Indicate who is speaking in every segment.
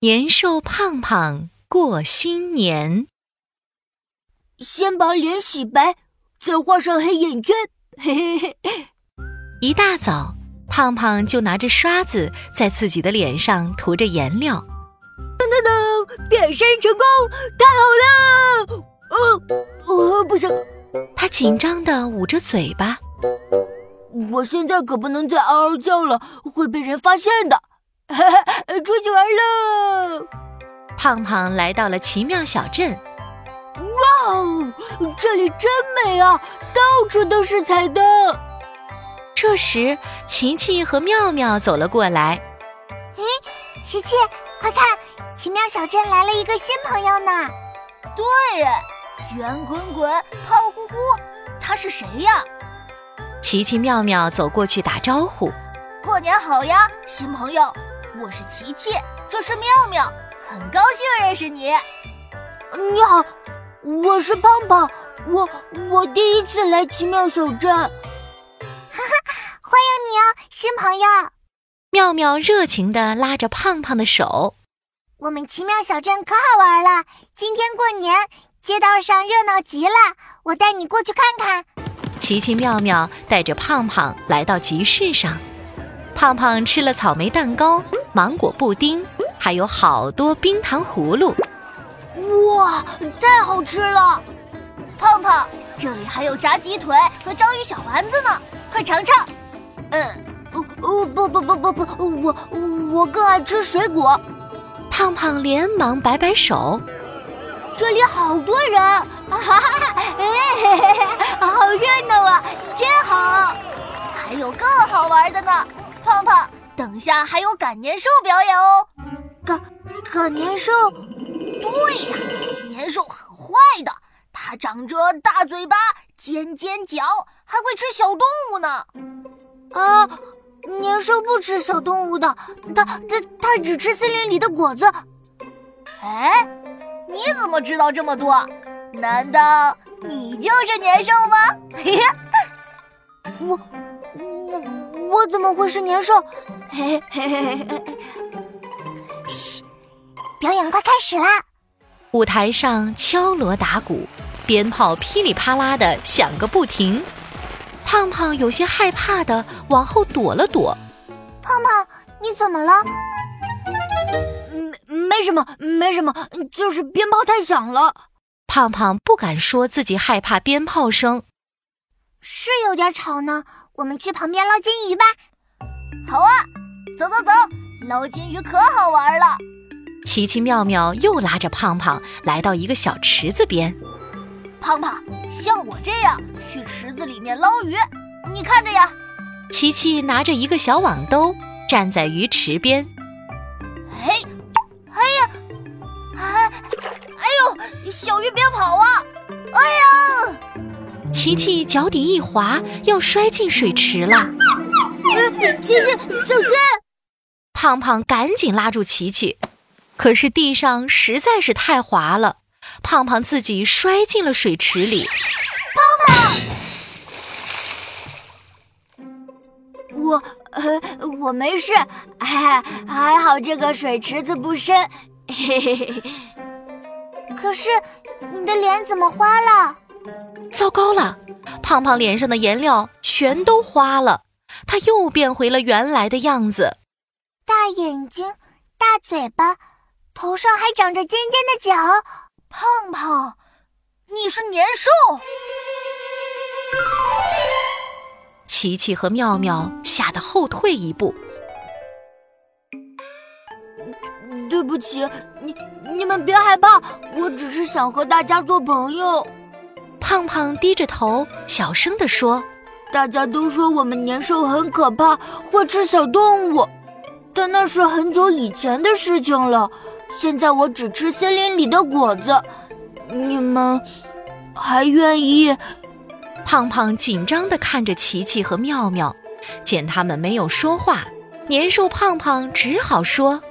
Speaker 1: 年兽胖胖过新年。
Speaker 2: 先把脸洗白，再画上黑眼圈。 嘿嘿嘿，
Speaker 1: 一大早，胖胖就拿着刷子在自己的脸上涂着颜料。
Speaker 2: 噔噔噔，变身成功，太好了！呃，呃，不行，
Speaker 1: 他紧张地捂着嘴巴。
Speaker 2: 我现在可不能再嗷嗷叫了，会被人发现的。 哈哈，出去玩喽！
Speaker 1: 胖胖来到了奇妙小镇，
Speaker 2: 哇哦，这里真美啊，到处都是彩灯。
Speaker 1: 这时，琪琪和妙妙走了过来。
Speaker 3: 琪琪，快看，奇妙小镇来了一个新朋友呢！对，圆滚滚、胖乎乎，他是谁呀？
Speaker 1: 琪琪、妙妙走过去打招呼。
Speaker 3: 过年好呀，新朋友！我是琪琪，这是妙妙，很高兴认识你。
Speaker 2: 你好，我是胖胖，我我第一次来奇妙小 镇。
Speaker 3: 欢迎你哦，新朋友！
Speaker 1: 妙妙热情地拉着胖胖的手。
Speaker 3: 我们奇妙小镇可好玩了，今天过年，街道上热闹极了，我带你过去看看。
Speaker 1: 琪琪、妙妙带着胖胖来到集市上，胖胖吃了草莓蛋糕、芒果布丁，还有好多冰糖葫芦。
Speaker 2: 哇，太好吃了！
Speaker 3: 胖胖，这里还有炸鸡腿和章鱼小丸子呢，快尝尝。
Speaker 2: 哦哦不不不不不，我我更爱吃水果。
Speaker 1: 胖胖连忙摆摆手。
Speaker 2: 这里好多 人，哈哈哈！哎，嘿嘿嘿好热闹啊，真好！
Speaker 3: 还有更好玩的呢，胖胖，等下还有赶年兽表演哦。
Speaker 2: 赶赶年兽，
Speaker 3: 对呀、年兽很坏的，它长着大嘴巴、尖尖角，还会吃小动物呢。
Speaker 2: 啊，年兽不吃小动物的，它它它只吃森林里的果子。
Speaker 3: 哎，你怎么知道这么多？难道你就是年兽 吗？嘿嘿，
Speaker 2: 我我我怎么会是年 兽？嘿嘿嘿嘿嘿嘿！
Speaker 3: 表演快开始啦！
Speaker 1: 舞台上敲锣打鼓，鞭炮噼里啪啦的响个不停。胖胖有些害怕的往后躲了躲。
Speaker 3: 胖胖，你怎么了？嗯
Speaker 2: 没没什么没什么，就是鞭炮太响了。
Speaker 1: 胖胖不敢说自己害怕鞭炮声。
Speaker 3: 是有点吵呢，我们去旁边捞金鱼吧。好啊，走走走，捞金鱼可好玩了。
Speaker 1: 奇奇妙妙又拉着胖胖来到一个小池子边。
Speaker 3: 胖胖，像我这样去池子里面捞鱼，你看着呀。
Speaker 1: 琪琪拿着一个小网兜，站在鱼池边。
Speaker 3: 嘿，哎呀，哎，哎呦，小鱼别跑啊！哎呀，
Speaker 1: 琪琪脚底一滑，要摔进水池了。
Speaker 3: 呃
Speaker 2: 谢谢，小心！
Speaker 1: 胖胖赶紧拉住琪琪，可是地上实在是太滑了，胖胖自己摔进了水池里。
Speaker 2: 我呃我没事，哎，还好这个水池子不深。嘿嘿嘿嘿，
Speaker 3: 可是你的脸怎么花了？
Speaker 1: 糟糕了，胖胖脸上的颜料全都花了，它又变回了原来的样子。
Speaker 3: 大眼睛，大嘴巴，头上还长着尖尖的角。胖胖，你是年兽！
Speaker 1: 琪琪和妙妙吓得后退一步。
Speaker 2: 对不起，你你们别害怕，我只是想和大家做朋友。
Speaker 1: 胖胖低着头，小声地说
Speaker 2: 大家都说我们年兽很可怕，会吃小动物，但那是很久以前的事情了。现在我只吃森林里的果子，你们还愿意？：“
Speaker 1: 胖胖紧张地看着琪琪和妙妙，见他们没有说话，年兽胖胖只好说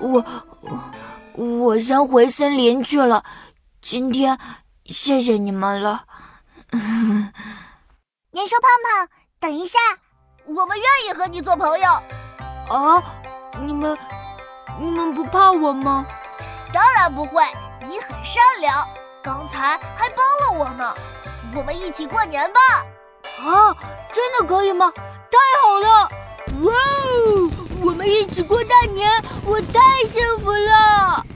Speaker 2: 我我我先回森林去了。今天谢谢你们了。
Speaker 3: 年兽胖胖，等一下，我们愿意和你做朋友。
Speaker 2: 啊，你们你们不怕我吗？
Speaker 3: 当然不会，你很善良，刚才还帮了我呢。我们一起过年吧！
Speaker 2: 啊，真的可以吗？太好了！哇哦，我们一起过大年，我太幸福了！